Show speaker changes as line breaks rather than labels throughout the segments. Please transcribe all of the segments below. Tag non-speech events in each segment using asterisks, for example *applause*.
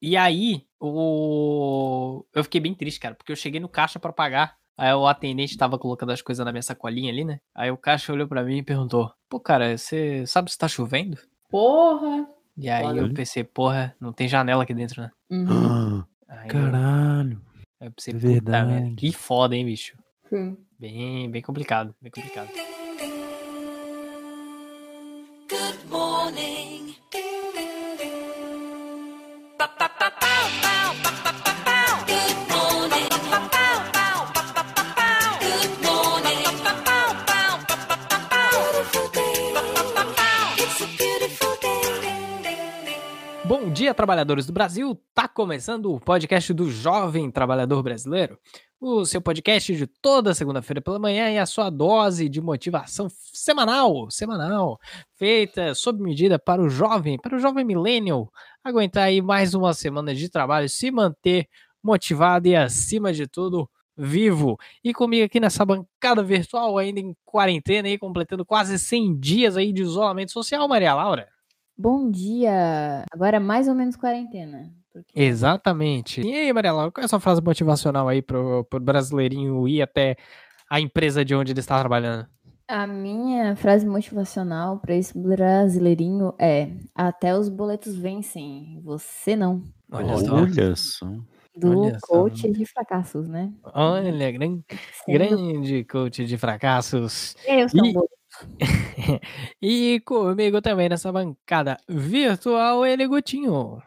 E aí, o... eu fiquei bem triste, cara, porque eu cheguei no caixa para pagar. Aí o atendente tava colocando as coisas na minha sacolinha ali, né? Aí o caixa olhou para mim e perguntou: Pô, cara, você sabe se tá chovendo?
Porra!
E aí
Olha.
eu pensei, porra, não tem janela aqui dentro, né?
Uhum.
Ah,
Aí eu-
Caralho.
aí eu pensei,
é
puta
verdade.
merda, Que foda, hein, bicho?
Sim.
Bem, bem complicado, bem complicado.
Good morning. Ding, ding, ding. Ba, ba, ba, bow, bow, ba, ba, ba, bow. Good morning. Ba, ba, bow, bow, ba, ba, ba, bow. Good morning. Ba, ba, bow, bow, ba, ba, ba, bow. Beautiful day. Ba, ba, ba, bow. It's a beautiful day. Ding, ding, ding.
Bom dia, trabalhadores do Brasil! Tá começando o podcast do Jovem Trabalhador Brasileiro, o seu podcast de toda segunda-feira pela manhã e a sua dose de motivação semanal, semanal, feita sob medida para o jovem, para o jovem millennial, aguentar aí mais uma semana de trabalho, se manter motivado e, acima de tudo, vivo. E comigo aqui nessa bancada virtual, ainda em quarentena e completando quase 100 dias aí de isolamento social, Maria Laura.
Bom dia! Agora mais ou menos quarentena. Porque...
Exatamente. E aí, Mariela, qual é a sua frase motivacional aí pro, pro brasileirinho ir até a empresa de onde ele está trabalhando?
A minha frase motivacional pra esse brasileirinho é: Até os boletos vencem, você não.
Olha
Olha,
só.
só.
Do
Olha só.
coach de fracassos, né?
Olha, gran-
Sendo
grande coach de fracassos.
Eu sou um
E-
boleto.
E comigo também nessa bancada virtual, ele Gutinho.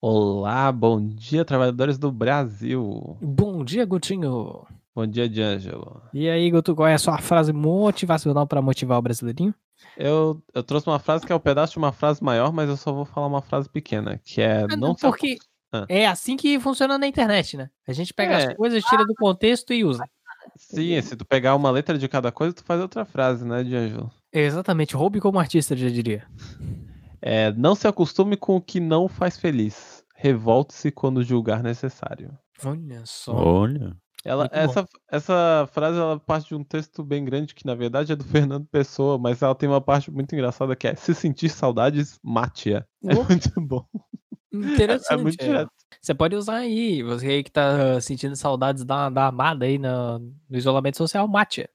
Olá, bom dia, trabalhadores do Brasil.
Bom dia, Gutinho.
Bom dia, D'Angelo.
E aí, Guto, qual é a sua frase motivacional para motivar o brasileirinho?
Eu, eu trouxe uma frase que é um pedaço de uma frase maior, mas eu só vou falar uma frase pequena, que é
Ah,
não se
porque
Ah.
é assim que funciona na internet, né? A gente pega
É.
as coisas, tira do contexto e usa.
Sim, é, se tu pegar uma letra de cada coisa, tu faz outra frase, né, D'Angelo?
Exatamente, roube como artista, eu já diria.
É, não se acostume com o que não faz feliz. Revolte-se quando julgar necessário.
Olha só.
Olha. Ela,
Muito bom.
essa, essa frase ela parte de um texto bem grande que, na verdade, é do Fernando Pessoa, mas ela tem uma parte muito engraçada que é se sentir saudades, mate-a. É
Opa.
muito bom.
Interessante.
*laughs* É muito
é.
direto.
Você pode usar aí, você aí que tá sentindo saudades da, da amada aí na- no, isolamento social, mate.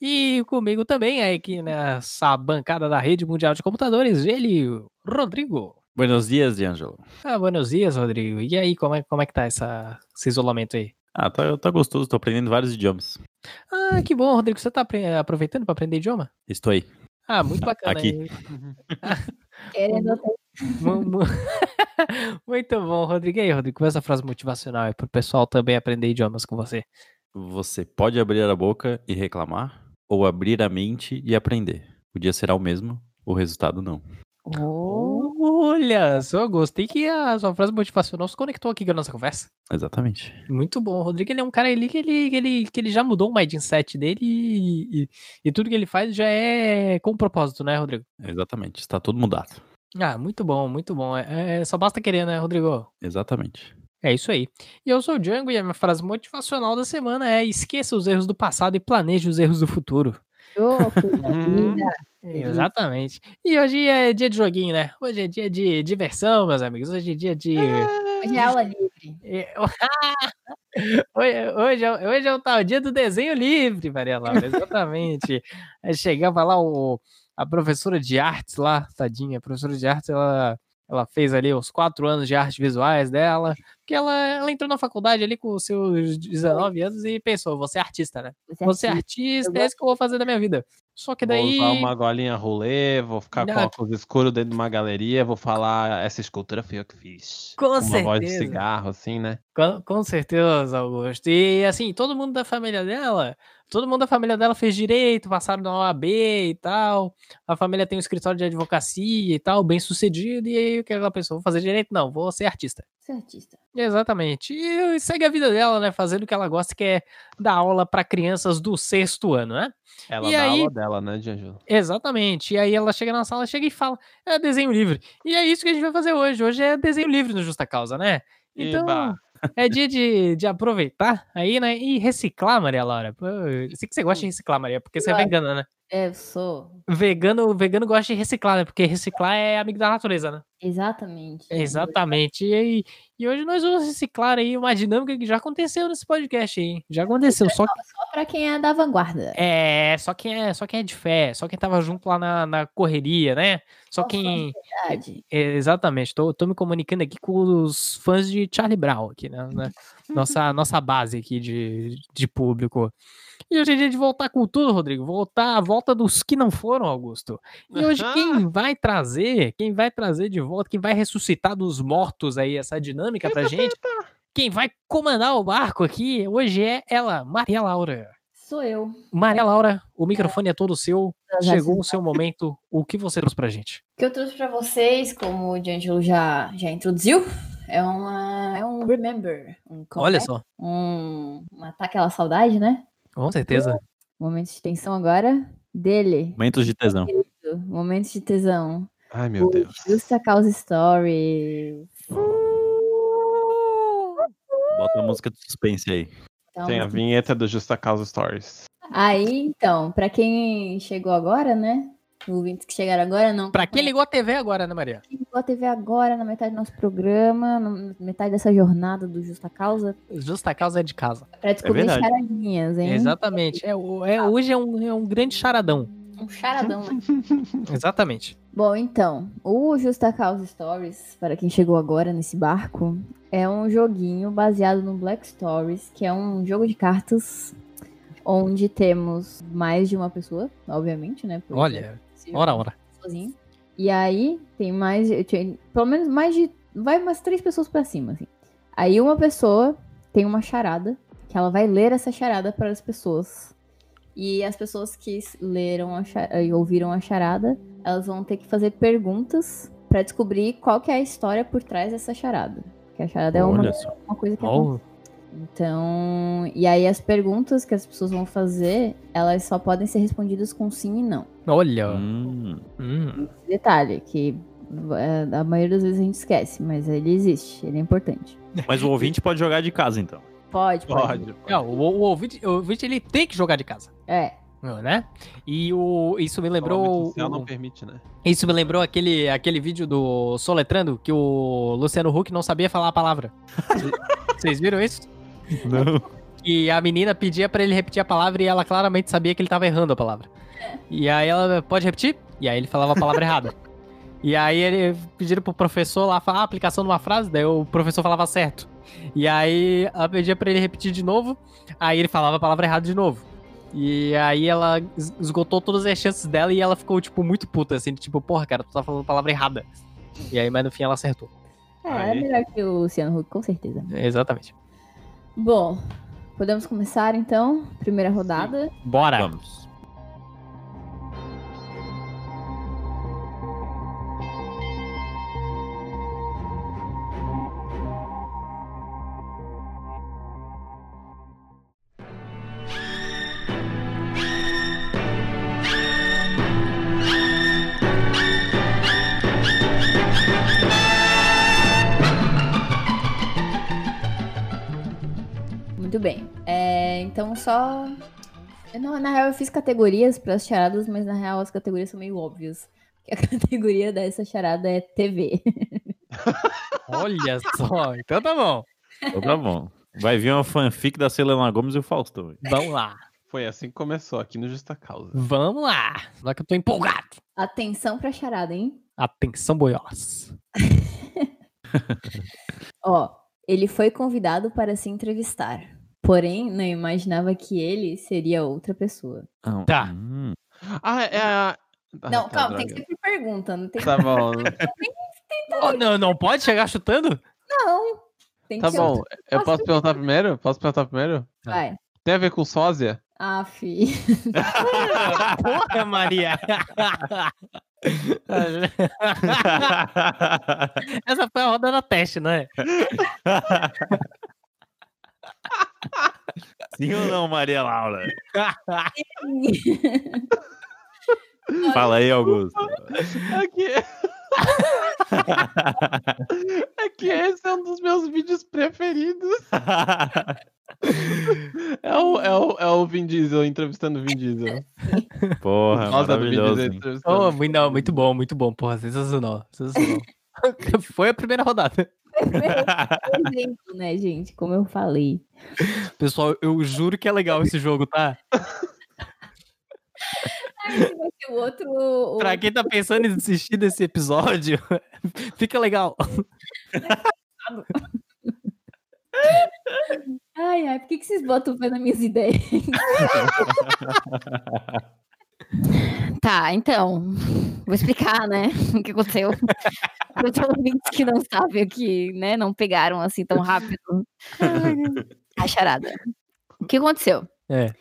E comigo também, aí aqui nessa bancada da Rede Mundial de Computadores, ele, Rodrigo.
Buenos dias, D'Angelo.
Ah, buenos dias, Rodrigo. E aí, como é, como é que tá essa, esse isolamento aí?
Ah, tá, tá gostoso, tô aprendendo vários idiomas.
Ah, que bom, Rodrigo. Você tá apre- aproveitando pra aprender idioma?
Estou aí.
Ah, muito
*laughs*
bacana.
aqui.
hein?
Querendo
*laughs*
até
Mu- mu- Muito bom, Rodrigo. E aí, Rodrigo, qual é essa frase motivacional aí pro pessoal também aprender idiomas com você?
Você pode abrir a boca e reclamar, ou abrir a mente e aprender. O dia será o mesmo, o resultado não.
Oh,
Olha, só gostei que a sua frase motivacional se conectou aqui com a nossa conversa.
Exatamente.
Muito bom. O Rodrigo ele é um cara ele, que, ele, que, ele, que ele já mudou o mindset dele e, e- e tudo que ele faz já é com propósito, né, Rodrigo?
Exatamente. Está tudo mudado.
Ah, muito bom, muito bom. É, é- só basta querer, né, Rodrigo?
Exatamente.
É isso aí. E eu sou o Django e a minha frase motivacional da semana é esqueça os erros do passado e planeje os erros do futuro. Uhum.
coisa
Hum.
linda.
Exatamente. E hoje é dia de joguinho, né? Hoje é dia de diversão, meus amigos. Hoje é dia de.
Hoje é aula livre.
É, *laughs* hoje, hoje, é, hoje é o tal dia do desenho livre, Maria Laura,
*laughs*
exatamente. Aí chegava lá o, a professora de artes lá, tadinha, a professora de artes, ela, ela fez ali os quatro anos de artes visuais dela, porque ela, ela entrou na faculdade ali com os seus 19 anos e pensou, vou ser artista, né?
Você
Vou ser
assiste.
artista,
Eu
é isso que eu vou fazer da minha vida. Só que daí...
Vou usar uma golinha rolê, vou ficar com
Não.
óculos escuros dentro de uma galeria, vou falar essa escultura foi eu que fiz.
Com
uma voz de
certeza.
cigarro, assim, né?
Com, com certeza, Augusto. E assim, todo mundo da família dela, todo mundo da família dela fez direito, passaram na OAB e tal. A família tem um escritório de advocacia e tal, bem sucedido. E aí o que ela pensou? Vou fazer direito? Não, vou ser artista.
sou é artista.
Exatamente. E segue a vida dela, né? Fazendo o que ela gosta, que é dar aula para crianças do sexto ano, né?
Ela
E
dá
aí-
aula dela, né, D'Angelo?
Exatamente. E aí ela chega na sala, chega e fala: é desenho livre. E é isso que a gente vai fazer hoje. Hoje é desenho livre no Justa Causa, né? Então,
Eba.
é dia de, de aproveitar aí, né? E reciclar, Maria Laura. Pô, Eu sei que você gosta de reciclar, Maria, porque você é
Claro.
vegana, né?
É, eu sou.
Vegano, vegano gosta de reciclar, né? Porque reciclar é amigo da natureza, né?
Exatamente.
Exatamente. E, aí- e hoje nós vamos reciclar aí uma dinâmica que já aconteceu nesse podcast aí. hein? Já aconteceu, só que
Só pra quem é da vanguarda.
é, só quem é, só quem é de fé, só quem tava junto lá na, na correria, né? Só
Nossa,
quem
Verdade.
é, exatamente, tô, tô me comunicando aqui com os fãs de Charlie Brown aqui, né? né? Nossa, nossa base aqui de, de público. E hoje é dia de voltar com tudo, Rodrigo. Voltar a volta dos que não foram, Augusto. E hoje quem vai trazer, quem vai trazer de volta, quem vai ressuscitar dos mortos aí essa dinâmica pra gente, quem vai comandar o barco aqui, hoje é ela, Maria Laura.
Sou eu.
Maria Laura, o microfone é todo seu.
das
Chegou o seu momento. O que você trouxe pra gente?
O que eu trouxe pra vocês, como o D'Angelo já, já introduziu, é, uma, é um remember. Um
Olha
callback,
só.
Um, um ataque àquela saudade, né?
Com certeza.
Momentos de tensão agora dele.
Momentos de tesão.
Momentos de tesão.
Ai, meu
O
Deus.
Justa Causa Stories.
Bota uma música de suspense aí.
Então,
Tem a vinheta do Justa Causa Stories.
aí, então, pra quem chegou agora, né? Ouvintes que chegaram agora, não.
Pra quem ligou a TV agora, né, Maria?
Quem ligou a TV agora, na metade do nosso programa, na metade dessa jornada do Justa Causa,
Justa causa é de casa.
pra descobrir
verdade.
charadinhas, hein?
Exatamente. É, o- é- hoje é um, é um grande charadão.
Um charadão, né?
Exatamente.
Bom, então, o Justa Causa Stories, para quem chegou agora nesse barco, é um joguinho baseado no Black Stories, que é um jogo de cartas onde temos mais de uma pessoa, obviamente, né? Porque
Olha,
se
ora,
jogar
ora.
Sozinho. E aí tem mais, eu tinha- pelo menos mais de, vai umas três pessoas pra cima, assim. Aí uma pessoa tem uma charada, que ela vai ler essa charada para as pessoas. E as pessoas que s- leram a cha- e ouviram a charada, elas vão ter que fazer perguntas pra descobrir qual que é a história por trás dessa charada. Porque a charada é uma,
Olha só.
uma coisa que acontece.
Ó,
Então, e aí as perguntas que as pessoas vão fazer, elas só podem ser respondidas com sim e não.
olha.
Hum,
Hum.
Detalhe, que é, a maioria das vezes a gente esquece, mas ele existe, ele é importante.
Mas o ouvinte pode jogar de casa, então.
Pode, pode.
Pode.
Não, É, o, o ouvinte, o ouvinte, ele tem que jogar de casa.
É,
Né? E o, isso me
Isolamento
lembrou.
social
o-
não permite, né?
isso me lembrou aquele, aquele vídeo do Soletrando que o Luciano Huck não sabia falar a *laughs* palavra. Vocês viram isso?
Não.
E a menina pedia pra ele repetir a palavra e ela claramente sabia que ele tava errando a palavra. E aí ela, pode repetir? E aí ele falava a palavra errada. E aí ele pediram pro professor lá falar a aplicação de uma frase, daí o professor falava certo. E aí ela pedia pra ele repetir de novo, aí ele falava a palavra errada de novo. E aí ela es- esgotou todas as chances dela e ela ficou, tipo, muito puta, assim, tipo, porra, cara, tu tá falando a palavra errada. E aí, mas no fim ela acertou.
é, é
Aí.
melhor que o Luciano Huck, com certeza.
Exatamente.
Bom, podemos começar então? Primeira rodada.
Bora!
Vamos.
Muito bem. É, então só. eu Não, na real eu fiz categorias para as charadas, mas na real as categorias são meio óbvias. *laughs* Porque a categoria dessa charada é TV.
Olha só, então tá bom.
Então tá bom. Vai vir uma fanfic da Selena Gomes e o Faustão.
Vamos lá.
Foi assim que começou aqui no Justa Causa.
Vamos lá! Só que eu tô empolgado!
*laughs* Atenção pra charada, hein?
Atenção, boiolas!
Ó, ele foi convidado para se entrevistar. Porém, não imaginava que ele seria outra pessoa.
Ah,
Tá. *laughs*
hum.
Ah, é a. Ah,
não,
tá,
calma, tem que
droga.
ser por pergunta, não tem
Tá bom,
Oh, não, não pode chegar chutando?
não. Tem
tá
que
bom.
ser.
Eu posso perguntar primeiro? Posso perguntar primeiro?
Vai.
Tem a ver com sósia?
Ah, fi. *laughs*
Ah, Porra, Maria! *laughs* Essa foi a roda da teste, não é?
Sim ou não, Maria Laura? Fala aí, Augusto.
*laughs*
É que... *laughs* é que esse é um dos meus vídeos preferidos. É o, é o, é o Vin Diesel entrevistando o Vin Diesel.
*laughs* Porra,
Nossa, do Vin
maravilhoso.
Diesel
hein?
entrevistando.
Oh, muito, não, muito bom, muito bom. Porra, sensacional. sensacional. *laughs* Foi a primeira rodada.
*laughs*
exemplo, né, gente? Como eu falei.
Pessoal, eu juro que é legal esse jogo, tá?
Vai ser o outro. o-
Pra quem tá pensando em desistir desse episódio, *laughs* fica legal.
Ai, ai, por que, que vocês botam o pé nas minhas ideias?
*laughs* Tá, então. Vou explicar, né? O que aconteceu. Eu tenho ouvintes que não sabem o que, né? Não pegaram assim tão rápido a charada. O que aconteceu?
É.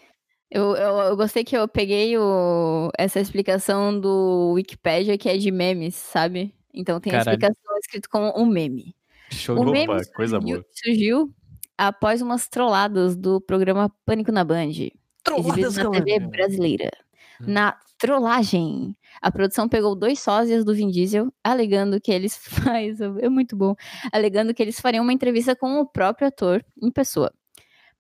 Eu, eu, eu gostei que eu peguei o, essa explicação do Wikipedia, que é de memes, sabe? Então tem
Caralho.
a explicação escrita como um meme.
Show
O
de
Opa,
meme
coisa
surgiu,
boa.
surgiu após umas trolladas do programa Pânico na Band exibido na TV brasileira.
Hum.
Na trollagem, a produção pegou dois sósias do Vin Diesel, alegando que eles *laughs* faz, é muito bom, alegando que eles fariam uma entrevista com o próprio ator em pessoa.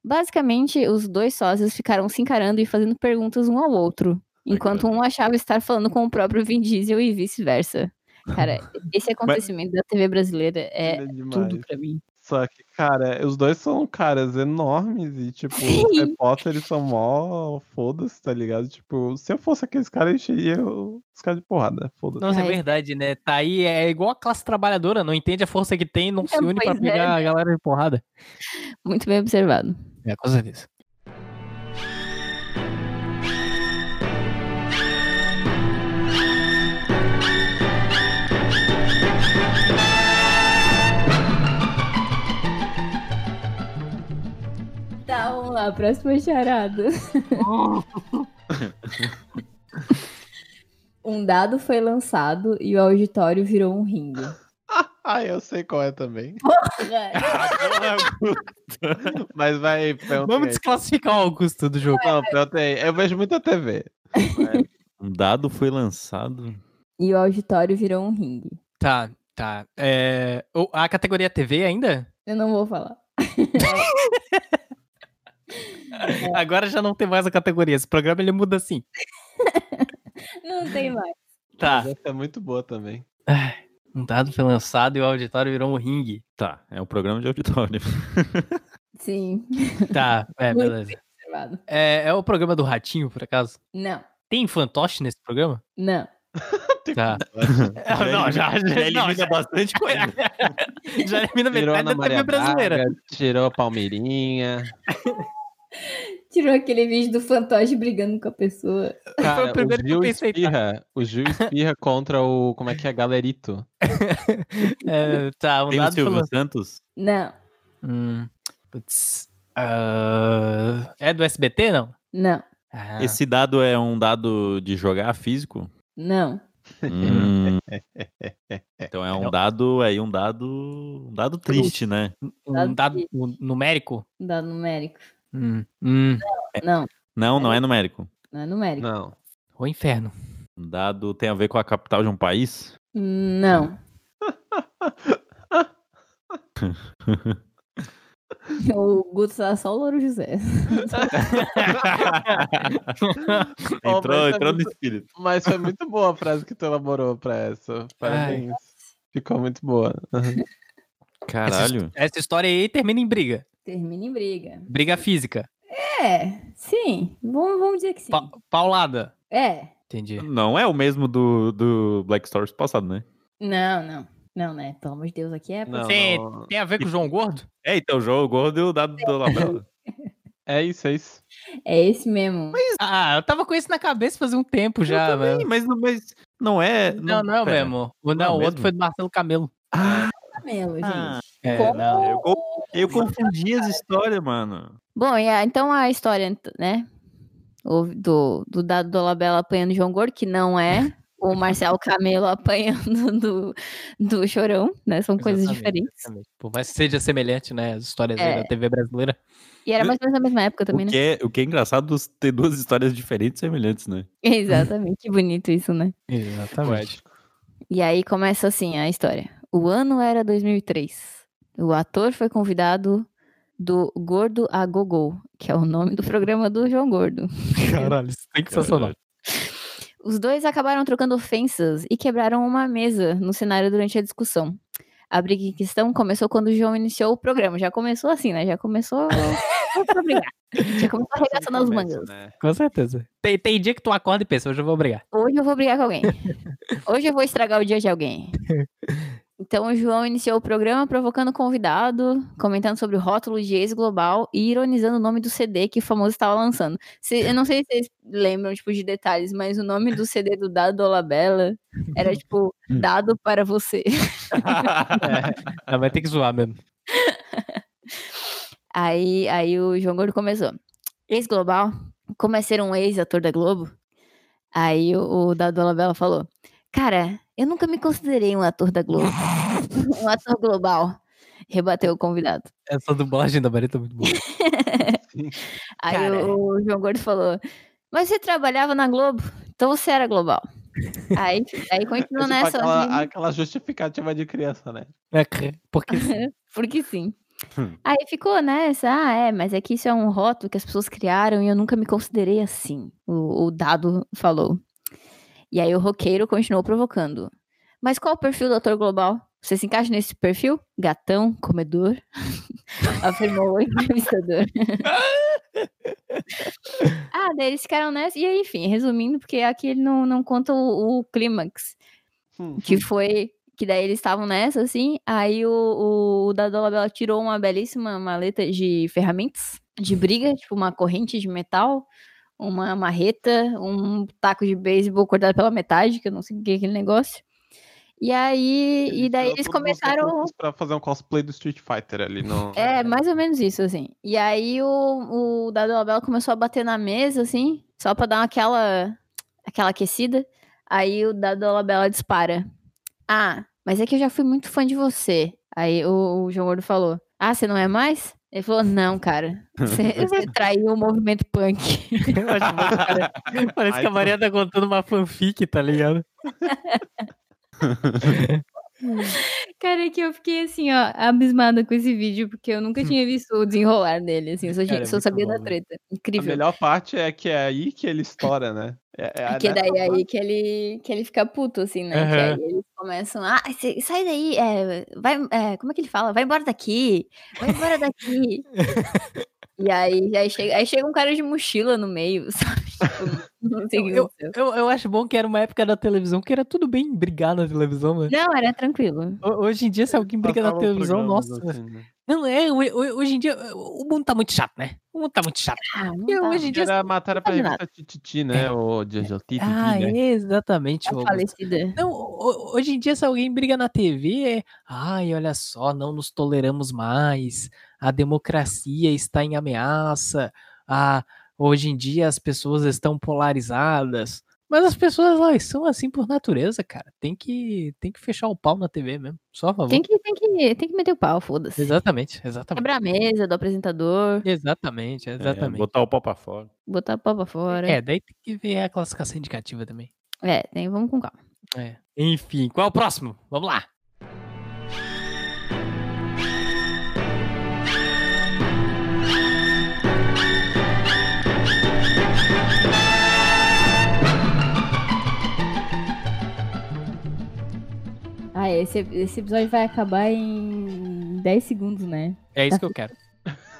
Basicamente, os dois sósias ficaram se encarando e fazendo perguntas um ao outro, enquanto um achava estar falando com o próprio Vin Diesel e vice-versa.
*laughs*
Cara, esse acontecimento da TV brasileira é
Ele demais.
tudo pra mim.
Só que, cara, os dois são caras enormes e, tipo, os
Sim.
repórteres são mó foda-se, tá ligado? Tipo, se eu fosse aqueles caras, eu encheria o- os caras de porrada, foda-se.
Nossa, é
Ai.
verdade, né? Tá aí, é igual a classe trabalhadora, não entende a força que tem, não se
É,
une pra
pois é,
pegar a galera de porrada.
Muito bem observado.
É, com certeza.
Tá, vamos lá, próxima charada. um dado foi lançado e o auditório virou um ringue.
Ah, eu sei qual é também. Mas vai, pergunta
Vamos
aí.
desclassificar o Augusto do jogo.
Não, pergunta aí. Eu vejo muita TV.
Um dado foi lançado.
E o auditório virou um ringue.
Tá, tá. É, o- A categoria TV ainda?
Eu não vou falar.
É. Agora já não tem mais a categoria. Esse programa ele muda assim.
Não tem mais.
Tá.
Mas Essa é muito boa também.
Um dado foi lançado e o auditório virou um ringue.
Tá, é um programa de auditório.
Sim,
Tá, é,
Muito
beleza.
observado.
É, é o programa do Ratinho, por acaso?
Não,
Tem fantoche nesse programa?
não.
*laughs*
Tá. *laughs* não, já, já, não, já,
bastante coisa.
*laughs* já elimina
Tirou a
metade
Ana
da
Maria
TV brasileira.
Braga, tirou a Palmeirinha.
Tirou aquele vídeo do fantoche brigando com a pessoa.
Cara,
Foi o primeiro
o
que eu
Gil
pensei, tá?
Espirra, o Gil Espirra contra o, como é que é, Galerito.
É, tá, um
Tem o
dado foi
Silvio
lançado.
Santos?
Não,
Hum, putz, ah, é do SBT, não?
não,
Ah,
Esse dado é um dado de jogar físico?
não.
*laughs*
Hum. Então é
Não.
um dado, aí um dado, um dado triste, né?
um dado um numérico?
Dado numérico.
Hum, hum,
Não,
Não, não é numérico.
não é numérico.
Não.
o inferno.
Um dado tem a ver com a capital de um país?
Não. o Guto tá só o Louro José.
Oh, mas
entrou,
é
entrou no
muito-
espírito.
Mas foi muito boa a frase que tu elaborou pra essa. Parabéns. Ficou muito boa.
Caralho.
Essa história aí termina em briga.
Termina em briga.
Briga física.
É, sim. Vamos, vamos dizer que sim.
Pa- paulada.
É.
Entendi.
Não é o mesmo do, do Black Stories passado, né?
Não, não. Não, né? Pelo amor de Deus, aqui é.
Não,
Sim.
não.
Tem a ver com o João Gordo?
É, então o jogo gordo e o dado do Labela.
É isso, é isso.
É esse mesmo.
Ah, eu tava com isso na cabeça fazia um tempo já,
Eu também,
velho.
Mas, não- mas não é.
Não, não é o
pera.
mesmo. O,
Não é
não, o outro
mesmo?
foi do Marcelo Camelo.
mesmo, gente.
Ah,
É,
Como?
não.
Eu, co- eu confundi as histórias, mano.
Bom, e a- então a história, ent- né? o- do, do dado do Olabella apanhando João Gordo, que não é o Marcelo Camelo apanhando do, do Chorão, né? São coisas
Exatamente,
diferentes.
exatamente. Por mais que seja semelhante, né? As histórias aí
É.
da TV brasileira.
E era mais ou menos na mesma época também,
o,
né?
que é, o que é engraçado é ter duas histórias diferentes e semelhantes, né?
Exatamente, que bonito isso, né?
Exatamente.
Poético.
E aí começa assim a história. O ano era 2003. O ator foi convidado do Gordo a Gogô, que é o nome do programa do João Gordo.
Caralho, sensacional.
Os dois acabaram trocando ofensas e quebraram uma mesa no cenário durante a discussão. A briga em questão começou quando o João iniciou o programa. Já começou assim, né? Já *laughs* começou. pra brigar. Já começou arregaçando as mangas.
Com certeza. Tem, tem dia que tu acorda e pensa, hoje eu vou brigar.
Hoje eu vou brigar com alguém. Hoje eu vou estragar o dia de alguém. Então o João iniciou o programa provocando o convidado, comentando sobre o rótulo de ex-global e ironizando o nome do CD que o famoso estava lançando. Se- eu não sei se vocês lembram tipo, de detalhes, mas o nome do CD do Dado Dolabella era tipo Dado para você.
É, *laughs* não, vai ter que zoar mesmo.
Aí, aí o João Gordo começou. Ex-Global, como é ser um ex-ator da Globo? Aí o, o Dado Dolabella falou: Cara, eu nunca me considerei um ator da Globo. um ator global. Rebateu o convidado.
Essa dublagem da Barita é muito boa.
Aí
Cara.
o, o João Gordo falou: Mas você trabalhava na Globo, então você era global. aí, aí
É
continua
tipo
nessa.
aquela,
assim,
aquela justificativa de criança, né?
É, cre- porque *laughs* sim.
Porque sim.
Hum.
Aí ficou nessa, ah, é, mas é que isso é um rótulo que as pessoas criaram e eu nunca me considerei assim, o, o dado falou. E aí o roqueiro continuou provocando. Mas qual o perfil do ator global? Você se encaixa nesse perfil? Gatão, comedor? *laughs* Afirmou o entrevistador. ah, daí eles ficaram nessa. E aí, enfim, resumindo, porque aqui ele não, não conta o- o clímax
Hum.
que foi que daí eles estavam nessa assim, aí o, o, o Dado Labella tirou uma belíssima maleta de ferramentas de briga, tipo uma corrente de metal, uma marreta, um taco de beisebol cortado pela metade, que eu não sei o que é aquele negócio. E aí, e daí
tirou
eles
todos os
começaram
recursos Pra fazer um cosplay do Street Fighter ali no.
é, mais ou menos isso, assim. E aí o, o Dado Labella começou a bater na mesa, assim, só pra dar aquela, aquela aquecida. Aí o Dado Labella dispara. Ah, mas é que eu já fui muito fã de você. Aí o, o João Gordo falou, ah, você não é mais? Ele falou, não, cara.
*laughs*
Você, você traiu o movimento punk.
Eu acho bom, cara. Parece
Aí
que a
tu-
Maria tá contando uma fanfic, tá ligado?
Cara, que eu fiquei assim, ó, abismada com esse vídeo, porque eu nunca tinha visto o desenrolar dele, assim. Eu só,
Hum. Cara, é
tinha- só
muito
sabia
bom,
da
né?
treta.
A
Incrível.
melhor parte é que é aí que ele estoura, né? É, é
Porque
nessa
daí
parte.
aí que ele, que ele fica puto, assim, né? Que
Aham.
aí eles começam, ah, cê- sai daí, é, vai, é, como é que ele fala? Vai embora daqui, vai
*laughs*
embora daqui. e aí, aí, chega, aí chega um cara de mochila no meio, *laughs* sabe? Tipo, não sei o que aconteceu.
Eu, eu acho bom que era uma época da televisão que era tudo bem brigar na televisão, né?
Não, era tranquilo.
Ho- Hoje em dia, se alguém briga na
Passava
televisão,
programas
nossa.
assim, né?
Não, é, ho- ho- hoje em dia, o mundo tá muito chato, né? O mundo tá muito chato.
Ah, não
Eu
dá.
hoje em dia.
Era a matéria pra
sabe nada.
revista Tititi,
É.
né? O Jojo Tititi,
Ah,
né?
exatamente.
Tá
Augusto.
falecida.
Não, ho- hoje em dia, se alguém briga na TV, é. Ai, olha só, não nos toleramos mais. A democracia está em ameaça. Ah, hoje em dia as pessoas estão polarizadas. Mas as pessoas elas são assim por natureza, cara. Tem que, tem que fechar o pau na TV mesmo. Só a favor.
Tem que, tem, que, tem que meter o pau, foda-se.
Exatamente, exatamente.
Quebrar a mesa do apresentador,
Exatamente,
É,
exatamente.
botar o pau pra fora.
botar o pau pra fora.
É, daí tem que ver a classificação indicativa também.
É, tem, vamos com calma.
É. Enfim, qual é o próximo? Vamos lá.
Ah, esse, esse episódio vai acabar em 10 segundos, né?
É isso que eu *laughs* quero.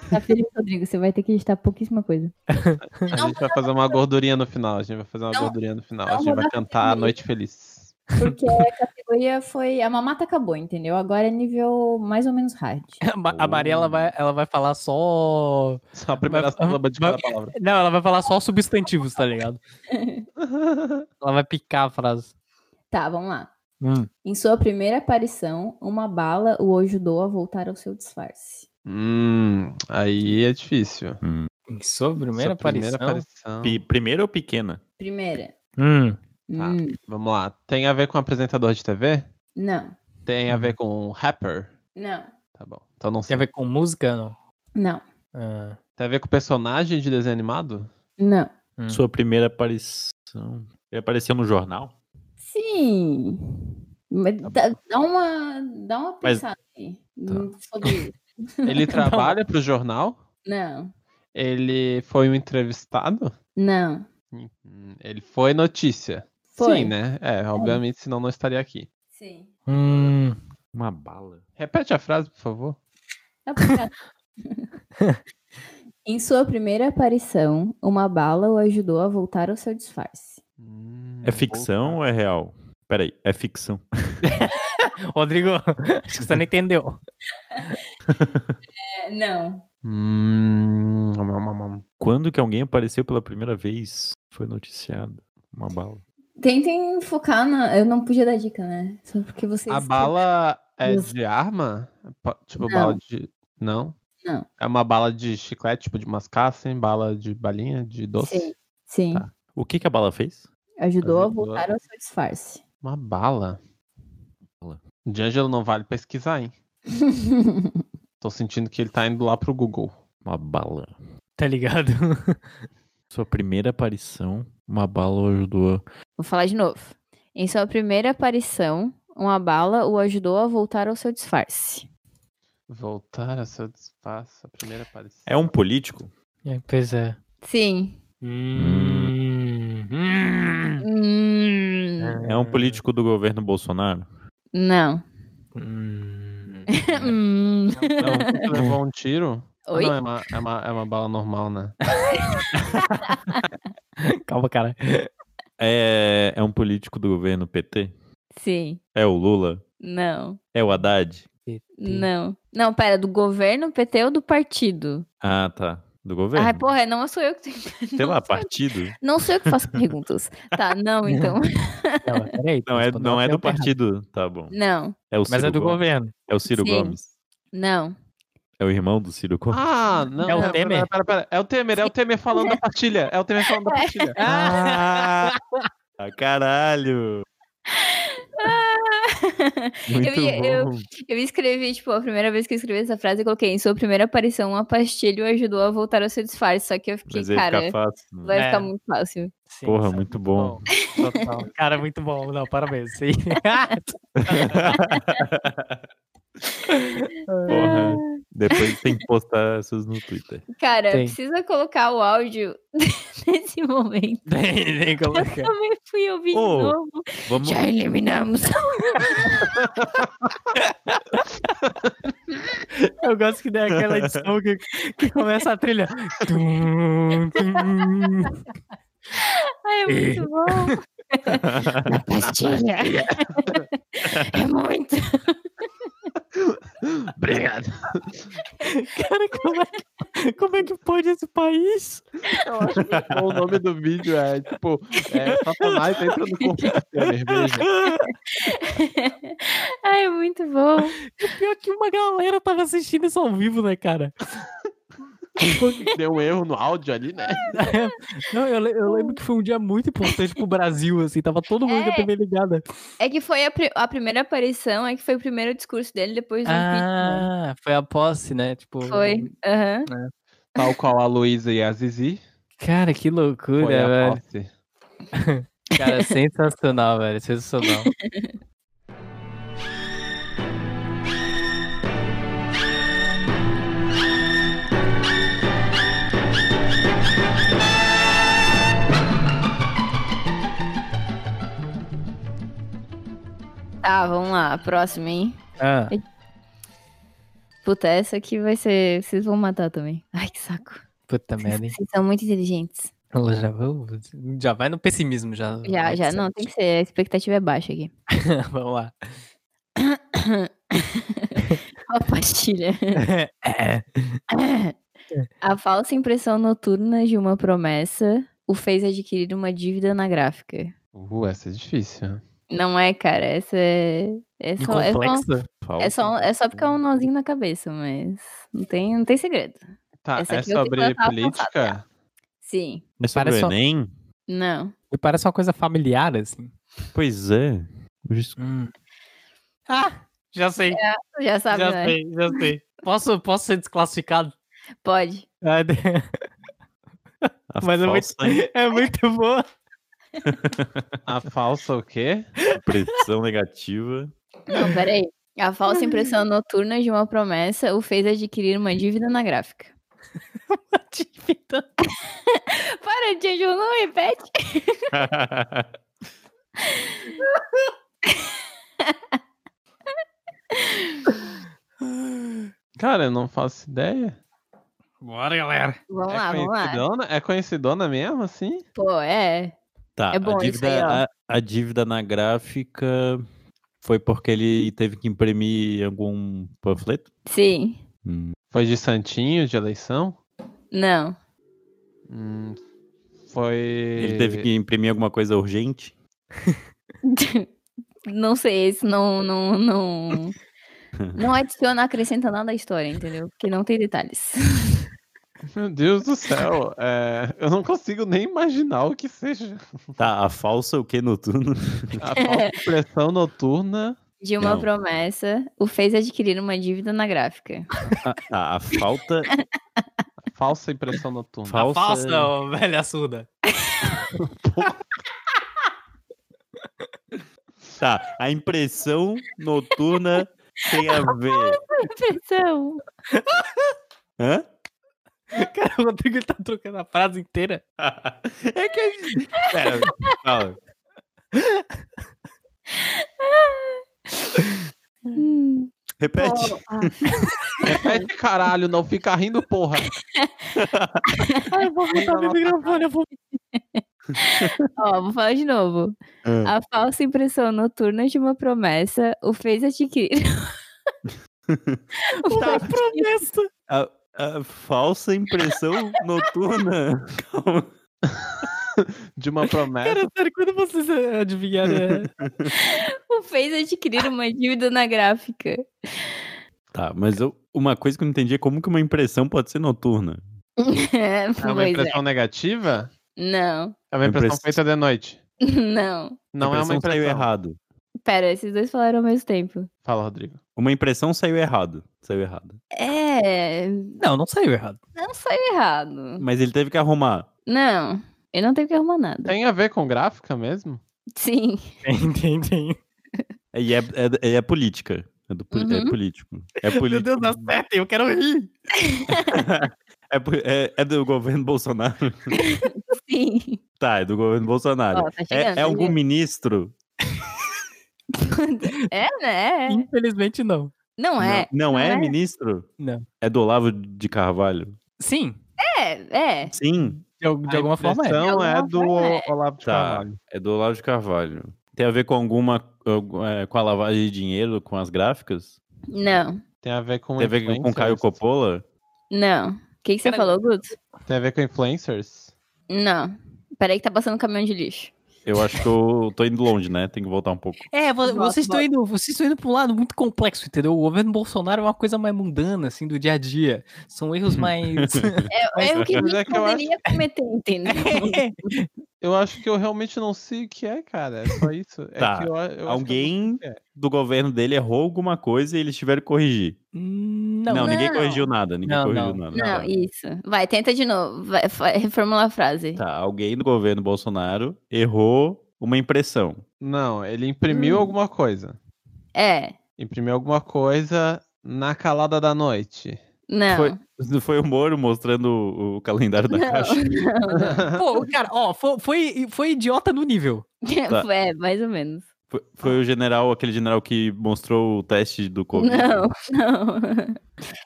Tá feliz, Rodrigo? Você vai ter que editar pouquíssima coisa.
A gente vai fazer uma gordurinha no final. A gente vai fazer uma
Não,
gordurinha no final.
não
A gente vai
rodar
cantar a
primeiro.
Noite Feliz. *laughs*
Porque a categoria foi. A mamata acabou, entendeu? Agora é nível mais ou menos hard.
A Ma- A Maria, ela vai, ela vai falar só.
Só a primeira
Mas-
sílaba de cada
mas-
palavra.
Não, ela vai falar só substantivos, tá ligado? Ela vai picar a frase.
Tá, vamos lá.
Hum.
Em sua primeira aparição, uma bala o ajudou a voltar ao seu disfarce.
Hum, aí é difícil.
Em sua primeira
Essa
aparição.
aparição.
Pi- primeira ou pequena?
Primeira.
Hum.
Tá.
Hum,
Vamos lá. Tem a ver com apresentador de TV?
não,
Tem a ver com rapper?
não,
Tá bom. Então não
Uhum. Tem
sei.
a ver com música, não?
não,
Ah.
Tem a ver com personagem de desenho
*laughs*
animado?
não.
Hum.
Sua primeira aparição. Ele apareceu no jornal?
Sim. Mas
Tá
Tá
dá, dá uma, dá uma
Mas-
pensada aí
Tá.
sobre isso.
Ele trabalha pro jornal?
Não,
Ele foi um entrevistado?
não.
Hum, Ele foi notícia.
Foi.
Sim, né? É, obviamente, senão não estaria aqui.
Sim.
Hum,
Uma bala.
Repete a frase, por favor.
Tá bom.
tá.
*laughs* em sua primeira aparição, uma bala o ajudou a voltar ao seu disfarce.
Hum,
É ficção ou é real? Peraí, é ficção.
Rodrigo, *laughs* acho que você não entendeu.
É, não.
Hum, hum, hum, hum.
Quando que alguém apareceu pela primeira vez foi noticiado? Uma bala.
Tentem focar na. Eu não podia dar dica, né? Só porque vocês.
A bala é
Isso.
de arma? É pa- Tipo,
Não.
bala de. Não?
Não.
É uma bala de chiclete, tipo de mascaça, hein? Bala de balinha, de doce?
Sim, sim.
Tá.
O que, que a bala fez?
Ajudou a
Ajudou.
voltar ao seu disfarce.
Uma bala.
Bala.
D'Angelo não vale
*laughs*
pesquisar, hein? Tô sentindo que ele tá indo lá pro Google.
Uma bala.
Tá ligado?
Sua primeira aparição, uma bala ajudou.
Vou falar de novo. Em sua primeira aparição, uma bala o ajudou a voltar ao seu disfarce.
Voltar a seu despaço, a primeira aparição.
É um político?
É, pois é.
Sim.
Hum, hum,
Hum,
É um político do governo Bolsonaro?
não.
hum.
Hum. *laughs*
Não, levou um tiro? Ah,
Oi?
É. não, é uma, é, uma, é uma bala normal, *laughs* né?
*laughs* Calma, cara.
É, é um político do governo PT?
Sim.
É o Lula?
Não.
É o Haddad?
Não. Não, pera, do governo PT ou do partido?
Ah, tá. Do governo?
Ai, porra, não sou eu que tenho...
Sei lá, partido?
Não sou eu que faço perguntas. Tá, não, então.
Não, mas peraí,
Não é,
respondeu
não
a
é
pergunta
do
errada.
partido. Tá bom.
Não,
É o
Mas
Ciro
é do
Gomes.
governo.
É o Ciro
Sim.
Gomes.
não. *laughs*
É o irmão do Ciro Gomes.
Ah, não.
É o
não, pera,
Temer?
pera, pera. É o Temer, é o Temer falando da pastilha. É o Temer falando
*laughs*
da pastilha.
Ah! caralho! Muito
Eu ia- eu-
bom.
Eu escrevi, tipo, a primeira vez que eu escrevi essa frase, eu coloquei em sua primeira aparição, uma pastilha o ajudou a voltar ao seu disfarce. Só que eu fiquei,
Mas ia
cara,
ficar fácil. né?
vai
É.
ficar muito fácil.
Sim,
Porra,
sim.
muito bom.
Total.
Cara, muito bom. Não, parabéns.
*laughs*
Sim.
Porra.
Ah.
Depois tem que postar essas no
*laughs*
Twitter.
Cara,
Tem.
precisa colocar o áudio *laughs* nesse momento.
nem, nem coloquei.
Também fui ouvir
Ô,
de novo.
Vamos.
Já é eliminamos.
Eu gosto que dá
*laughs*
aquela edição que, que começa a trilha. Tum, tum.
Ai, é muito bom. Na pastilha. *laughs* É muito.
*laughs* Obrigado.
Cara, como é, que, como é que pode esse país?
Eu acho muito bom. *laughs* O nome do vídeo é tipo, é, Satanás entra no corpo da Temer. Beijo.
Ai, é muito bom.
Pior é que uma galera tava assistindo isso ao vivo, né, cara?
*laughs* Deu um erro no áudio ali, né?
Não, eu, le- eu lembro que foi um dia muito importante pro Brasil, assim, tava todo mundo com a
É.
TV ligada.
É que foi a, pri- a primeira aparição, é que foi o primeiro discurso dele depois do impeachment.
Ah, foi a posse, né? Tipo,
um Foi. Aham.
Tal qual a Luísa e a Zizi.
Cara, que loucura,
Foi a
velho.
posse.
Cara, sensacional, velho. Sensacional.
Tá, vamos lá. Próximo, hein?
Ah,
Puta, essa aqui vai ser. Vocês vão matar também. Ai, que saco.
puta
Vocês,
merda, hein?
vocês são muito inteligentes.
Ela já, vou- já vai no pessimismo, já.
Já,
Vai
já.
que
Não, tem que ser. A expectativa é baixa aqui. *laughs*
serve. *laughs* Vamos lá.
Uma
*laughs*
pastilha.
É.
A falsa impressão noturna de uma promessa o fez adquirir uma dívida na gráfica.
Uh, essa é difícil. né?
Não é, cara. Essa é. É
E
só, é, só,
complexo?
*laughs*
é, só, é só porque é um nozinho na cabeça, mas não tem, não tem segredo.
Tá,
Essa
é
aqui eu tenho que
sobre
plantar a
política?
Sim.
É sobre
Parece
o
um-
Enem?
Não.
Me parece uma coisa familiar, assim. Hum.
Pois é. Just-
Ah, já sei,
Tu já sabe,
já
né?
sei, já sei. Posso, posso ser desclassificado?
Pode.
Ah, de- *laughs*
a
Mas é muito-
falsa
É muito boa.
tá?
A falsa o quê?
impressão negativa.
É Não, peraí. A falsa *laughs* impressão noturna de uma promessa o fez adquirir uma dívida na gráfica. Para, Jojo, não repete.
Cara, eu não faço ideia.
Bora, galera.
Vamos
é
lá, vamos lá.
conhecidona? É conhecidona mesmo, assim?
Pô, é.
Tá,
É bom
a,
isso
dívida,
aí, ó.
a, a dívida na gráfica foi porque ele teve que imprimir algum panfleto?
Sim.
Hum,
Foi de santinho, de eleição?
Não.
Hum, foi...
Ele teve que imprimir alguma coisa urgente?
não sei, esse não, não, não. Não adiciona, acrescenta nada à história, entendeu? Porque não tem detalhes.
Meu Deus do céu, é, eu não consigo nem imaginar o que seja.
Tá, a falsa o que noturno?
A falta de pressão noturna.
De uma
Não.
promessa, o fez adquirir uma dívida na gráfica.
Ah, tá, a falta.
Falsa impressão noturna.
Falsa.
A falsa, ô, velha surda.
Tá, a impressão noturna tem a ver.
Impressão.
Hã?
Cara, o Rodrigo ele tá trocando a frase inteira.
É que. Pera, fala.
Hum.
Repete.
Repete, caralho, não fica rindo, porra.
eu vou botar meu microfone, eu vou.
Ó, vou falar de novo.
Ah,
A falsa impressão noturna de uma promessa o fez
*laughs*
adquirir.
Tá.
uma promessa.
a falsa impressão noturna. Calma.
De uma promessa.
Cara, sério, quando vocês eh, adivinharam. eh,
O fez adquirir uma dívida na gráfica. *laughs*
Tá, mas eu- uma coisa que eu não entendi é como que uma impressão pode ser noturna.
É,
Ah,
É uma
pois é.
impressão negativa?
Não, *laughs*
É uma impressão
Impress-
feita de noite.
não.
Não é uma
impressão saiu
impressão.
errado.
Pera, esses dois falaram ao mesmo tempo.
Fala, Rodrigo.
Uma impressão saiu errado. Saiu errado.
É,
*laughs* Não, não saiu errado.
não saiu errado.
Mas ele teve que arrumar.
Não, eu não tenho que arrumar nada.
Tem a ver com gráfica mesmo?
Sim, *laughs*
Entendi.
E é, é, é política. É, do, poli- é
Uhum.
*laughs*
político. É político.
Meu Deus, acerta, eu quero rir.
É, po- é- é do governo *laughs* Bolsonaro.
sim.
Tá, é do governo Bolsonaro.
Ó, tá
É-
chegando.
é
tá
algum ministro?
chegando. É, né?
Infelizmente, não.
Não é.
Não, não é,
é.
ministro?
Não.
É do Olavo de Carvalho?
Sim,
É, é.
Sim.
de, al- de alguma forma é.
Então é
alguma
do
forma
Olavo de
Tá.
Carvalho.
É do Olavo de Carvalho. Tem a ver com alguma. algum- é, com a lavagem de dinheiro, com as gráficas?
Não,
Tem a ver com
Tem a ver com Caio
influencers?
Coppola?
não. O que, que você
Pera-
falou, Guto?
Tem a ver com influencers?
Não. Peraí que tá passando um caminhão de lixo.
Eu acho que eu tô indo longe, né? Tem que voltar um pouco.
É, vo-
Volta,
vocês estão
volta.
indo, vocês estão indo pra um lado muito complexo, entendeu? O governo Bolsonaro é uma coisa mais mundana, assim, do dia a dia. São *laughs* erros mais.
É o que a
Mas é
gente
que eu acho-
poderia cometer, entendeu?
Eu acho que eu realmente não sei o que é, cara. É só isso. É
Tá.
que eu- eu acho que eu
Alguém
é.
do governo dele errou alguma coisa e eles tiveram que corrigir.
não,
Não, ninguém
Não.
corrigiu nada. Ninguém
Não,
corrigiu
não.
nada.
*laughs* Não, isso. Vai, tenta de novo. Vai, fa- reformula a frase.
Tá, alguém do governo Bolsonaro errou uma impressão. *laughs*
Não, ele imprimiu
Hum.
alguma coisa.
É.
Imprimiu alguma coisa na calada da noite.
Não. *laughs*
Foi, foi o Moro mostrando o, o calendário da
Não.
caixa.
Pô, cara, ó, fo- foi, foi idiota no nível.
Tá.
Foi- É, mais ou menos.
Foi, foi o general, aquele general que mostrou o teste do Covid.
Não, *laughs* não.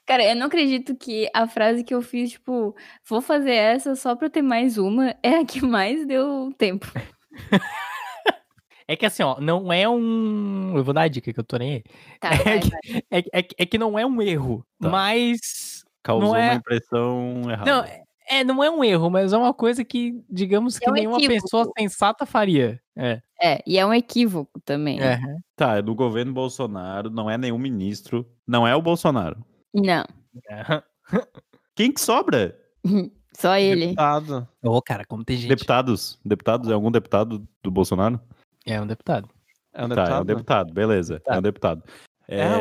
Cara, eu não acredito que a frase que eu fiz, tipo, vou fazer essa só pra ter mais uma, é a que mais deu tempo.
É que assim, ó, não é um. Eu vou dar a dica que eu tô nem aí.
Tá,
É
vai,
que-
vai.
É, é que- é que não é um erro,
Tá.
mas.
Causou
Não é-
uma impressão errada.
Não, é, não é um erro, mas é uma coisa que, digamos que
É um
nenhuma
equívoco.
pessoa sensata faria. É.
É, e é um equívoco também.
é.
Tá, é do governo Bolsonaro, não é nenhum ministro, não é o Bolsonaro.
Não,
Aham.
Quem que sobra?
só ele.
Deputado.
Ô, cara, como tem gente.
Deputados. Deputados, é algum deputado do Bolsonaro?
É um deputado.
É
tá, é
um
um
deputado? né?
deputado, beleza. É um deputado. É,
É o-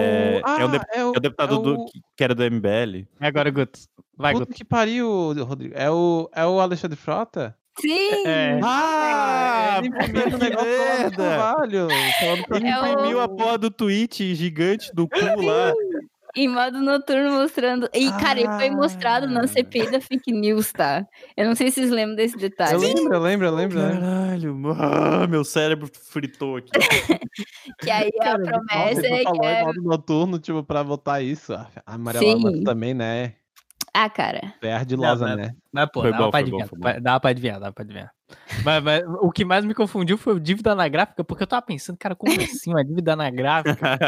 é um
Ah,
dep-
é o-
é o deputado
é
do-
o-
que- que era do MBL.
Agora, Guto. Vai, Guto.
Puta que pariu, Rodrigo. É o, é o Alexandre Frota?
Sim!
É.
Ah!
Ele imprimiu o negócio lá do trabalho. Falando pra
Ele
É o-
imprimiu a porra do tweet gigante do cu lá.
Em modo noturno mostrando. E, cara, ele foi mostrado na
Ah.
CPI da fake news, tá? Eu não sei se vocês lembram desse detalhe.
Eu lembro, eu lembro, eu lembro. né? eu lembro.
Caralho, ah, meu cérebro fritou aqui.
Que aí a promessa
Nossa, tu
é que
falou
é.
em modo noturno, tipo, pra votar isso. A a Maria
Sim.
Lamas também, né?
Ah, cara.
É ardilosa,
Não,
né?
Mas, pô,
Foi
dava,
bom,
pra
foi bom,
adivinhar,
foi
pa-
bom.
dava pra adivinhar, dava pra adivinhar. Mas, mas o que mais me confundiu foi o dívida na gráfica, porque eu tava pensando, cara, *laughs* como assim uma dívida na *laughs* gráfica?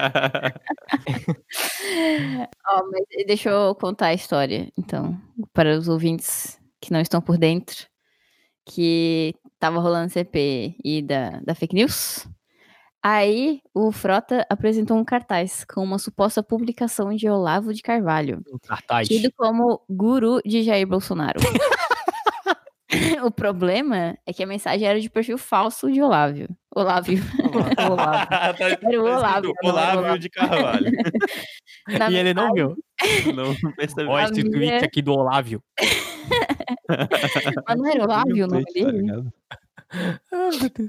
Ó, mas deixa eu contar a história, então, para os ouvintes que não estão por dentro, que tava rolando CPI e da, da fake news. Aí o Frota apresentou um cartaz com uma suposta publicação de Olavo de Carvalho.
Um cartaz.
tido como guru de Jair Bolsonaro. *laughs* o problema é que a mensagem era de perfil falso de Olávio. Olávio. *laughs* Olávio.
*laughs* Tá-
Era o
tá escrito
Olávio, não era o
Olávio
Olavo.
de Carvalho.
*laughs*
Na
E ele não viu.
Não percebi.
Ó, esse
minha-
tweet aqui do Olávio.
Mas não era Olávio o nome
Tá
dele? né?
ligado?
Ah, meu Deus.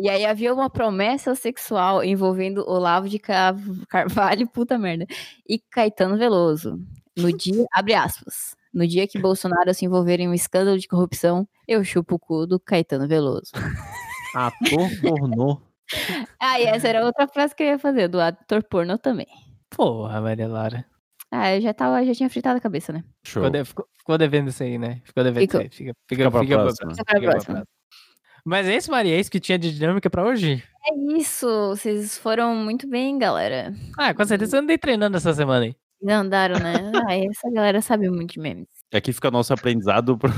E aí havia uma promessa sexual envolvendo Olavo de Cav- Carvalho, *laughs* puta merda, e Caetano Veloso. No dia, abre aspas, no dia que Bolsonaro se envolver em um escândalo de corrupção, eu chupo o cu do Caetano Veloso.
Ator *laughs* pornô.
Ah, e essa era outra frase que eu ia fazer, do ator pornô também.
Porra, Maria Laura.
Ah, eu já, tava, já tinha fritado a cabeça, né?
Show.
Ficou, de- ficou- ficou devendo isso aí, né? Ficou devendo isso
Ficou.
aí. Fica,
Fica
fica,
pra
fica pra
próxima.
próxima,
Fica pra
fica pra
próxima.
próxima. Mas é isso, Maria, é isso que tinha de dinâmica pra hoje?
É isso, vocês foram muito bem, galera.
Ah, com certeza eu andei treinando essa semana aí.
Não andaram, *laughs* né? Ah, essa galera sabe muito de *laughs* memes.
É Aqui fica nosso aprendizado pro...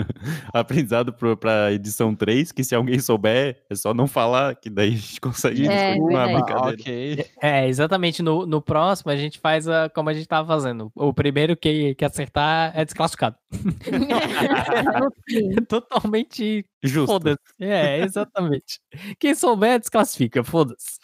*laughs* aprendizado pro, pra edição 3, que se alguém souber, é só não falar, que daí a gente consegue
É,
continuar a
verdade.
brincadeira.
ok.
É, exatamente. No, no próximo a gente faz a, como a gente tava fazendo. O primeiro que, que acertar é desclassificado.
Sim.
É totalmente
Justo.
Ah, foda-se. É, exatamente. Quem souber, desclassifica. *laughs* Foda-se.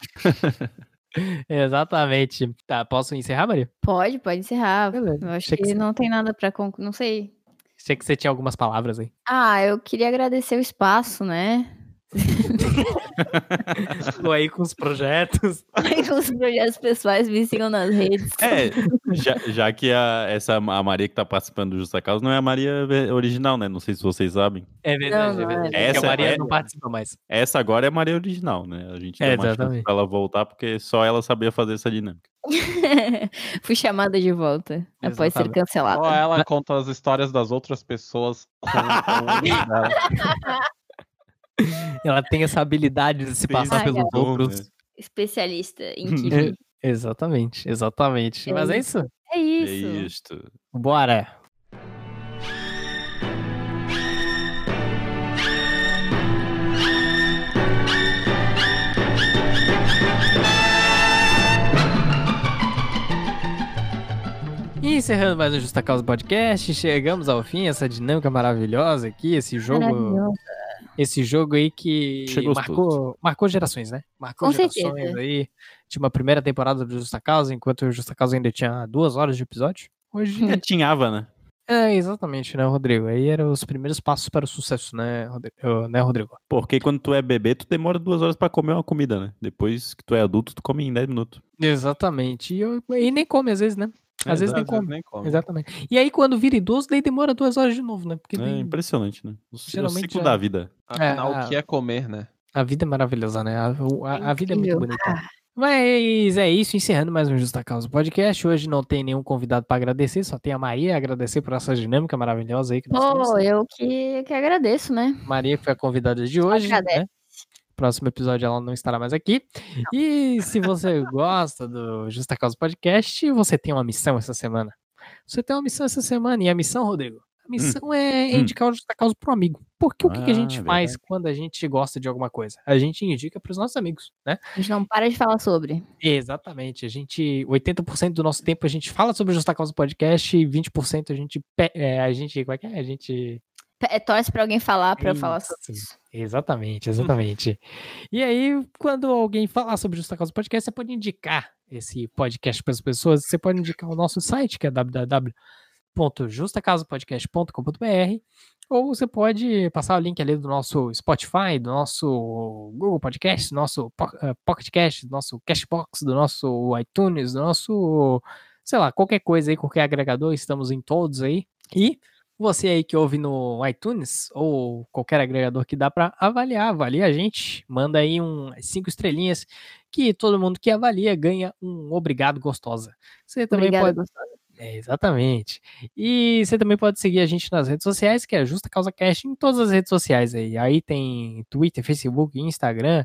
exatamente. Tá, posso encerrar, Maria?
Pode, pode encerrar.
Beleza.
Eu acho
Achei que
que
sim.
não tem nada pra concluir, não sei.
Achei que você tinha algumas palavras aí.
Ah, eu queria agradecer o espaço, né? *laughs*
Tô aí com os projetos.
Os projetos pessoais me sigam nas redes.
É, já, já que a, essa, a Maria que tá participando do Justa Causa não é a Maria ve- original, né? Não sei se vocês sabem.
É verdade,
Não,
é
não,
verdade.
é.
Porque
Essa
a Maria
é-
não participa mais.
Essa agora é a Maria original, né? A gente
É,
deu uma chance
exatamente.
pra ela voltar, porque só ela sabia fazer essa dinâmica.
*laughs* Fui chamada de volta após ser
Exatamente.
cancelada.
Só ela conta as histórias das outras pessoas.
*laughs*
com- com- dela.
Ela tem essa habilidade de se
Fez
passar
um
pelos
bom,
outros.
né?
Especialista em time.
*laughs* Exatamente, exatamente.
É
Mas é isso.
é
É
isso.
isto.
Bora. E encerrando mais um Justa Causa Podcast, chegamos ao fim, essa dinâmica maravilhosa aqui, esse jogo,
Maravilhoso.
esse jogo aí que
Chegou os
marcou, marcou gerações, né? Marcou
Com
gerações
certeza.
aí. Tinha uma primeira temporada do Justa Causa, enquanto o Justa Causa ainda tinha duas horas de episódio. Hoje
É, tinhava, né?
é, exatamente, né, Rodrigo? Aí eram os primeiros passos para o sucesso, né, Rodrigo? Ô, Né, Rodrigo?
Porque quando tu é bebê, tu demora duas horas pra comer uma comida, né? Depois que tu é adulto, tu come em 10 minutos.
Exatamente. E, eu- e nem come, às vezes, né? Às vezes nem
Às vezes
come.
nem come.
Exatamente. E aí, quando vira idoso, daí demora duas horas de novo, né? Porque
É
daí-
impressionante, né? O, c- o
Geralmente
ciclo
é.
da vida.
Afinal,
É,
o que é comer, né?
a vida é maravilhosa, né? A, o- a- a vida é muito
incrível.
bonita. Mas é isso, encerrando mais um Justa Causa Podcast. Hoje não tem nenhum convidado para agradecer, só tem a Maria a agradecer por essa dinâmica maravilhosa aí que nós temos.
Pô, eu que, que agradeço, né?
Maria, que foi a convidada de hoje.
Agradece.
Né? Próximo episódio ela não estará mais aqui. E se você *laughs* gosta do Justa Causa Podcast, você tem uma missão essa semana. Você tem uma missão essa semana. E a missão, Rodrigo? A missão é
Hum.
indicar o Justa Causa para um amigo. Porque o que, que a
Ah,
gente faz quando a gente gosta de alguma coisa? A gente indica para os nossos amigos, né?
A gente não para de falar sobre.
Exatamente. A gente, 80% do nosso tempo a gente fala sobre o Justa Causa Podcast e 20% a gente, pe- é, a gente, como é que é? A gente
P- é, Torce pra alguém falar, pra eu falar
Isso.
sobre isso. *laughs*
Exatamente, exatamente. e aí, quando alguém falar sobre Justa Causa Podcast, você pode indicar esse podcast para as pessoas. Você pode indicar o nosso site, que é www.justacausapodcast.com.br Ou você pode passar o link ali do nosso Spotify, do nosso Google Podcast, do nosso Po- eh, Pocket Cast, do nosso Cashbox, do nosso iTunes, do nosso, sei lá, qualquer coisa aí, qualquer agregador, estamos em todos aí. E você aí que ouve no iTunes ou qualquer agregador que dá pra avaliar, avalia a gente, manda aí um cinco estrelinhas que todo mundo que avalia ganha um obrigado gostosa. Você também
Obrigada,
pode
gostosa.
é, exatamente. E você também pode seguir a gente nas redes sociais, que é Justa Causa Cast, em todas as redes sociais aí. Aí tem Twitter, Facebook, Instagram,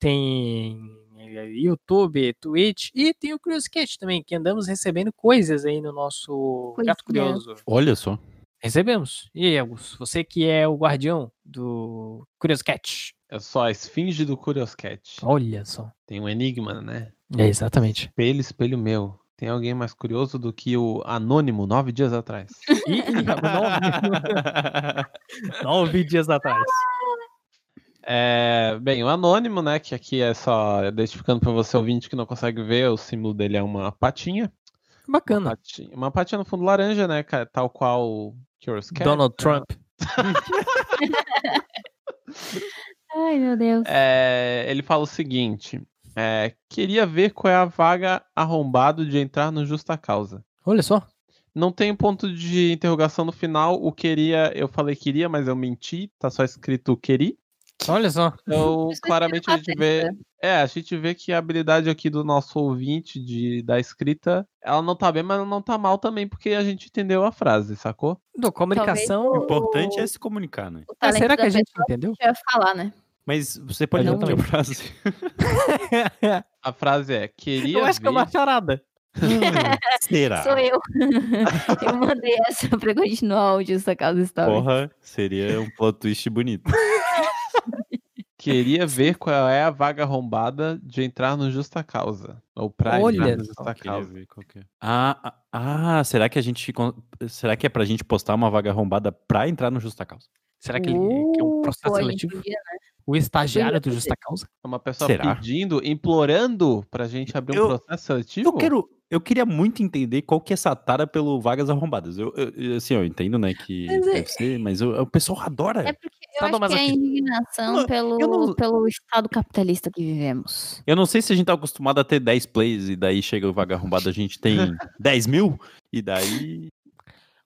tem eh, YouTube, Twitch e tem o Curiosquete também, que andamos recebendo coisas aí no nosso Gato
Coisinhas.
Curioso.
Olha só.
Recebemos. E aí, Augusto, você que é o guardião do Curiosquete.
É só a esfinge do Curioscat.
Olha só.
Tem um enigma, né?
É, exatamente.
Espelho, espelho meu. Tem alguém mais curioso do que o Anônimo, nove
*laughs*
dias atrás.
E, e nove, nove dias atrás.
É, bem, o anônimo, né? Que aqui é só identificando para você ouvinte que não consegue ver, o símbolo dele é uma patinha. Uma
Bacana.
patinha, uma patinha no fundo laranja, né? ca- Tal qual o Curious Cat.
Donald Trump.
Ai, meu Deus.
É, ele fala o seguinte: é, queria ver qual é a vaga arrombado de entrar no Justa Causa.
Olha só.
Não tem um ponto de interrogação no final. O queria, eu falei queria, mas eu menti. Tá só escrito queri.
Olha só.
Então,
Isso é
claramente a gente vê
pateta.
É, a gente vê que a habilidade aqui do nosso ouvinte de, da escrita, ela não tá bem, mas ela não tá mal também, porque a gente entendeu a frase, sacou?
Do, comunicação.
O importante é se comunicar, né?
O
Ah,
talento
será que
da
a gente *laughs*
pessoa
entendeu?
é falar, né?
Mas você pode
Mas eu
repetir a
então.
também.
frase.
*laughs*
A frase é,
*laughs*
queria
Eu acho que é uma
ver-
charada. Tá.
Será?
É,
*laughs*
Sou eu. eu mandei essa pra continuar o áudio dessa causa história.
Porra, seria um plot twist bonito.
queria ver qual é a vaga arrombada de entrar no Justa Causa. Ou pra
Olha
entrar no
Só
Justa
queria
Causa.
ver qual que é. Ah, ah, ah, será que a gente. con- Será que é pra gente postar uma vaga arrombada pra entrar no Justa Causa?
Será que, ele, que é um processo
Pô, a gente
seletivo?
podia-
O estagiário do
podia
Justa Causa?
É uma pessoa
Será?
pedindo, implorando pra gente abrir um
Eu-
processo seletivo?
Eu quero. Eu queria muito entender qual que é essa tara pelo vagas arrombadas. Eu, eu- assim, eu entendo, né, que
Mas é-
deve ser, mas eu- o pessoal adora.
É
Tá
porque eu acho que é a
Sadomasoquismo.
indignação
Não,
pelo,
eu não-
pelo estado capitalista que vivemos.
Eu não sei se a gente tá acostumado a ter 10 plays e daí chega o vaga arrombada, a
*laughs*
gente tem 10 mil e daí.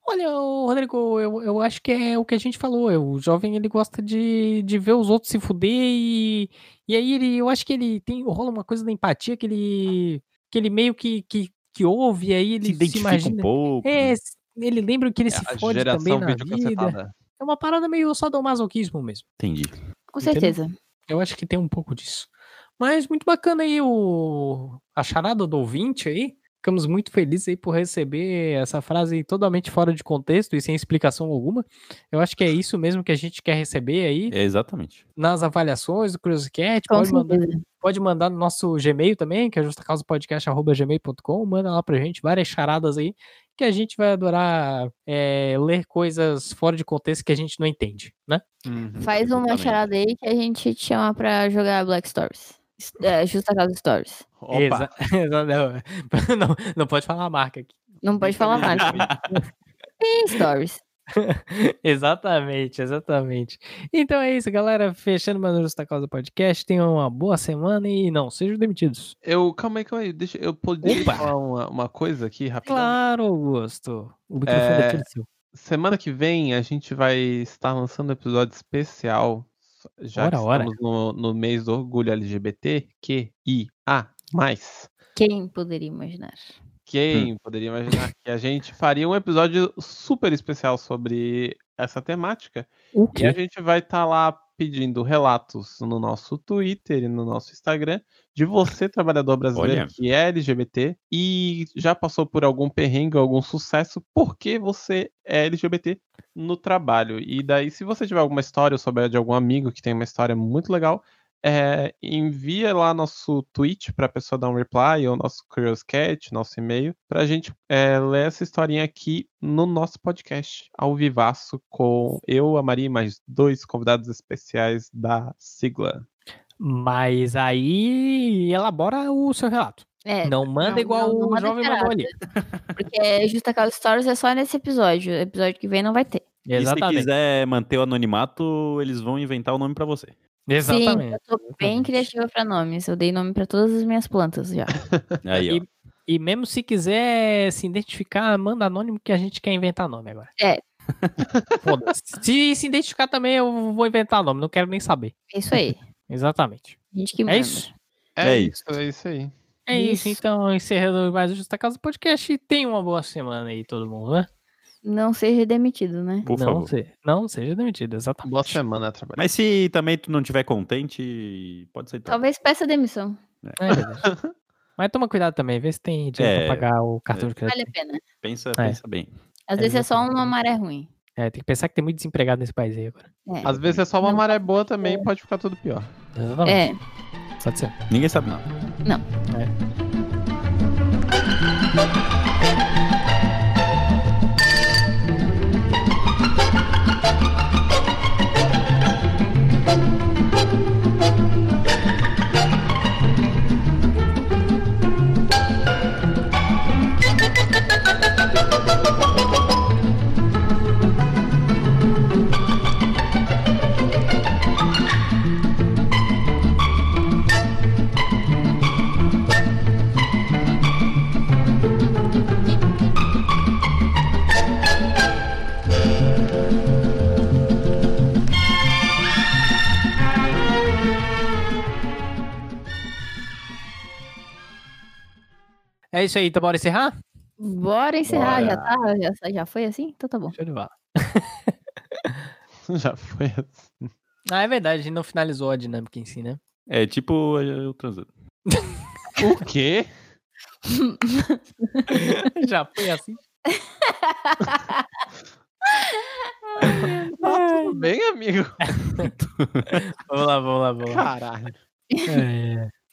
Olha, ô, Rodrigo, eu, eu acho que é o que a gente falou. é, O jovem ele gosta de, de ver os outros se fuder e, e aí ele, eu acho que ele tem rola uma coisa da empatia que ele, que ele meio que, que, que ouve e aí ele
se
se,
identifica um
imagina.
pouco.
é, ele lembra que ele se
É
fode
A
também
geração
na vida.
videocacetada.
É uma parada meio sadomasoquismo mesmo.
Entendi.
Com
Entendo.
certeza.
Eu acho que tem um pouco disso. Mas muito bacana aí o... a charada do ouvinte aí. Ficamos muito felizes aí por receber essa frase totalmente fora de contexto e sem explicação alguma. Eu acho que é isso mesmo que a gente quer receber aí
É, exatamente.
nas avaliações do Curioscat.
Com
Pode mandar,
certeza.
pode mandar no nosso Gmail também, que é justacausapodcast.gmail.com. Manda lá pra gente várias charadas aí que a gente vai adorar é, ler coisas fora de contexto que a gente não entende, né?
Uhum.
Faz uma
Exatamente.
charada aí que a gente te chama pra jogar Black Stories. É, Justa Causa Stories.
Opa,
Exa- *laughs* não, *laughs* não, não pode falar a marca aqui.
Não pode falar mais.
*laughs*
Tem stories.
exatamente, exatamente. Então é isso, galera. Fechando mais um Justa Causa Podcast. Tenham uma boa semana e não sejam demitidos.
eu, calma aí, calma aí, deixa, eu poderia
Opa.
falar uma, uma coisa aqui rapidão?
Claro, Augusto. O microfone
É,
é tudo seu.
Semana que vem a gente vai estar lançando um episódio especial. Já
Ora,
que
ora.
estamos no, no mês do orgulho LGBT, que e a mais.
Quem poderia imaginar?
Quem poderia imaginar que a gente faria um episódio super especial sobre essa temática?
O
é.
E a gente vai estar lá pedindo relatos no nosso Twitter e no nosso Instagram de você, trabalhador brasileiro
Olha.
que é LGBT e já passou por algum perrengue, algum sucesso, porque você é LGBT no trabalho. E daí, se você tiver alguma história ou souber de algum amigo que tem uma história muito legal, é, envia lá nosso tweet pra pessoa dar um reply, ou nosso Curioscat, nosso e-mail, pra gente é, ler essa historinha aqui no nosso podcast, ao vivaço, com eu, a Maria e mais dois convidados especiais da sigla.
Mas aí elabora o seu relato.
É,
não manda
não,
igual
não, não
o
manda
jovem
charada.
mandou ali.
é porque Justa Causa Stories é só nesse episódio. O episódio que vem não vai ter.
E se
Exatamente.
quiser manter o anonimato, eles vão inventar o nome
*laughs*
pra você.
Exatamente.
Sim, eu tô bem
exatamente.
criativa pra nomes. Eu dei nome pra todas as minhas plantas já.
Aí, ó.
E, e mesmo se quiser se identificar, manda anônimo que a gente quer inventar nome agora.
É.
Foda-se. se se identificar também, eu vou inventar nome, não quero nem saber.
É isso aí.
Exatamente.
Gente que
É
manda.
isso.
É isso.
É isso aí.
É isso,
Isso.
então, encerrando mais o Justa Causa Podcast. E Tenha uma boa semana aí, todo mundo, né?
Não seja demitido, né?
Por
não,
favor.
se- não seja demitido, exatamente.
Boa semana, trabalho.
Mas se também tu não tiver contente, pode
Tá.
ser então.
Talvez peça demissão.
É *laughs* verdade. Mas toma cuidado também, vê se tem dinheiro
É.
pra pagar o cartão de crédito.
Vale a pena.
Pensa, pensa bem.
Às
É,
vezes é só
exatamente.
uma maré ruim.
É, tem que pensar que tem muito desempregado nesse país aí agora.
É.
Às vezes é só uma
Não.
maré boa também, pode ficar tudo pior. *laughs*
Exatamente.
É.
Pode ser.
Ninguém sabe nada.
É isso aí, então bora encerrar?
Bora encerrar,
Bora.
já tá? Já, já foi assim? Então tá bom.
Deixa eu levar.
Já foi.
Ah, é verdade, a gente não finalizou a dinâmica em si, né? *laughs*
É tipo eu transando.
O quê?
Já foi assim.
Tá tudo bem, amigo?
Vamos lá, vamos lá, vamos lá.
Caralho.
É, é.